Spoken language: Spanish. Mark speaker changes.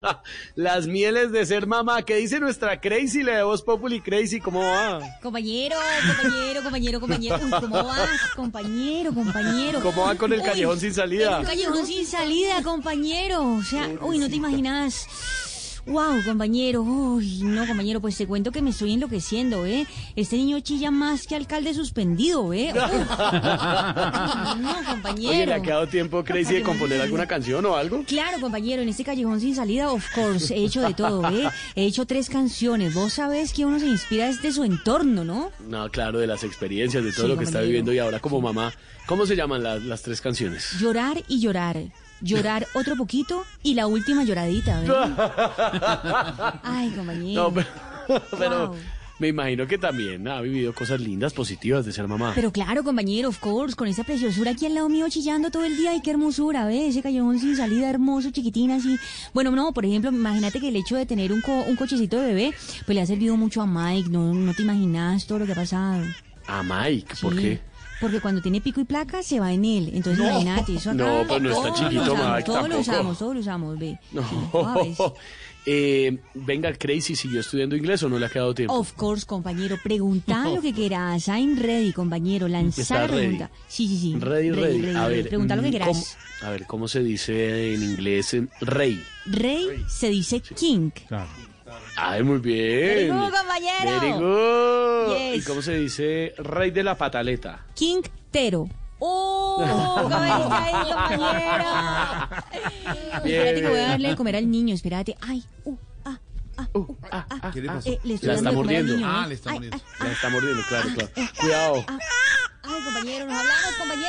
Speaker 1: Las mieles de ser mamá. ¿Qué dice nuestra Crazy, la de Voz Populi Crazy? ¿Cómo va?
Speaker 2: Compañero, compañero, compañero, compañero. Uy, ¿cómo vas? Compañero, compañero.
Speaker 1: ¿Cómo va con el
Speaker 2: Uy,
Speaker 1: callejón sin salida?
Speaker 2: el callejón sin salida, compañero. O sea, uy, no te imaginas. Wow, compañero. Uy, no, compañero, pues te cuento que me estoy enloqueciendo, ¿eh? Este niño chilla más que alcalde suspendido, ¿eh? Uy. No, compañero.
Speaker 1: Oye, ¿le ha quedado tiempo Crazy de
Speaker 2: Callejón
Speaker 1: componer
Speaker 2: sin
Speaker 1: alguna
Speaker 2: salida.
Speaker 1: canción o algo?
Speaker 2: Claro, compañero, en este callejón sin salida, of course, he hecho de todo, ¿eh? He hecho tres canciones. Vos sabés que uno se inspira desde su entorno, ¿no?
Speaker 1: No, claro, de las experiencias, de todo
Speaker 2: Sí,
Speaker 1: lo que está
Speaker 2: compañero.
Speaker 1: viviendo y ahora como mamá. ¿Cómo se llaman las, las tres canciones?
Speaker 2: Llorar y llorar. Llorar otro poquito y la última lloradita, ¿verdad? Ay, compañero.
Speaker 1: No, pero, pero
Speaker 2: Wow.
Speaker 1: me imagino que también ha vivido cosas lindas, positivas de ser mamá.
Speaker 2: Pero claro, compañero, of course, con esa preciosura aquí al lado mío chillando todo el día, y qué hermosura, ¿ves? Ese callejón sin salida hermoso, chiquitín así. Bueno, no, por ejemplo, imagínate que el hecho de tener un, co- un cochecito de bebé, pues le ha servido mucho a Mike, no, no te imaginas todo lo que ha pasado.
Speaker 1: A Mike, ¿por
Speaker 2: Sí,
Speaker 1: qué?
Speaker 2: Porque cuando tiene pico y placa se va en él. Entonces, imagínate, eso acá.
Speaker 1: No, pero no está
Speaker 2: todos
Speaker 1: chiquito,
Speaker 2: lo usamos,
Speaker 1: Mike,
Speaker 2: Todos lo
Speaker 1: tampoco.
Speaker 2: usamos, todos lo usamos, ve. Sí,
Speaker 1: No.
Speaker 2: suaves.
Speaker 1: Eh, venga, Crazy, ¿siguió estudiando inglés o no le ha quedado tiempo?
Speaker 2: Of course, compañero. Preguntá lo que quieras. I'm ready, compañero. Lanzá
Speaker 1: Está
Speaker 2: la
Speaker 1: ready.
Speaker 2: pregunta. Sí, sí, sí.
Speaker 1: Rey, rey. A ver,
Speaker 2: Preguntá lo que
Speaker 1: mm,
Speaker 2: quieras.
Speaker 1: ¿cómo- a ver, ¿cómo se dice en inglés eh, rey?
Speaker 2: Rey se dice king.
Speaker 3: Claro.
Speaker 1: Ay, muy bien.
Speaker 2: Very good, compañero.
Speaker 1: Very good.
Speaker 2: Yes.
Speaker 1: ¿Y cómo se dice rey de la pataleta?
Speaker 2: King Tero. ¡Oh! ¿Cómo dice ahí, compañero?
Speaker 1: Bien,
Speaker 2: espérate que voy a
Speaker 1: bien.
Speaker 2: darle de comer al niño. Espérate. Ay, uh, ah, ah, uh, ah, ah.
Speaker 3: ¿Qué le pasó?
Speaker 2: Eh, le estoy
Speaker 1: La está
Speaker 2: dando de comer al
Speaker 1: mordiendo.
Speaker 2: niño, ¿eh?
Speaker 3: Ah, le está
Speaker 2: Ay,
Speaker 3: mordiendo.
Speaker 2: ay, Ah,
Speaker 1: La está mordiendo, claro, claro.
Speaker 2: ay,
Speaker 1: Cuidado.
Speaker 2: ay, compañero, nos hablamos, compañero.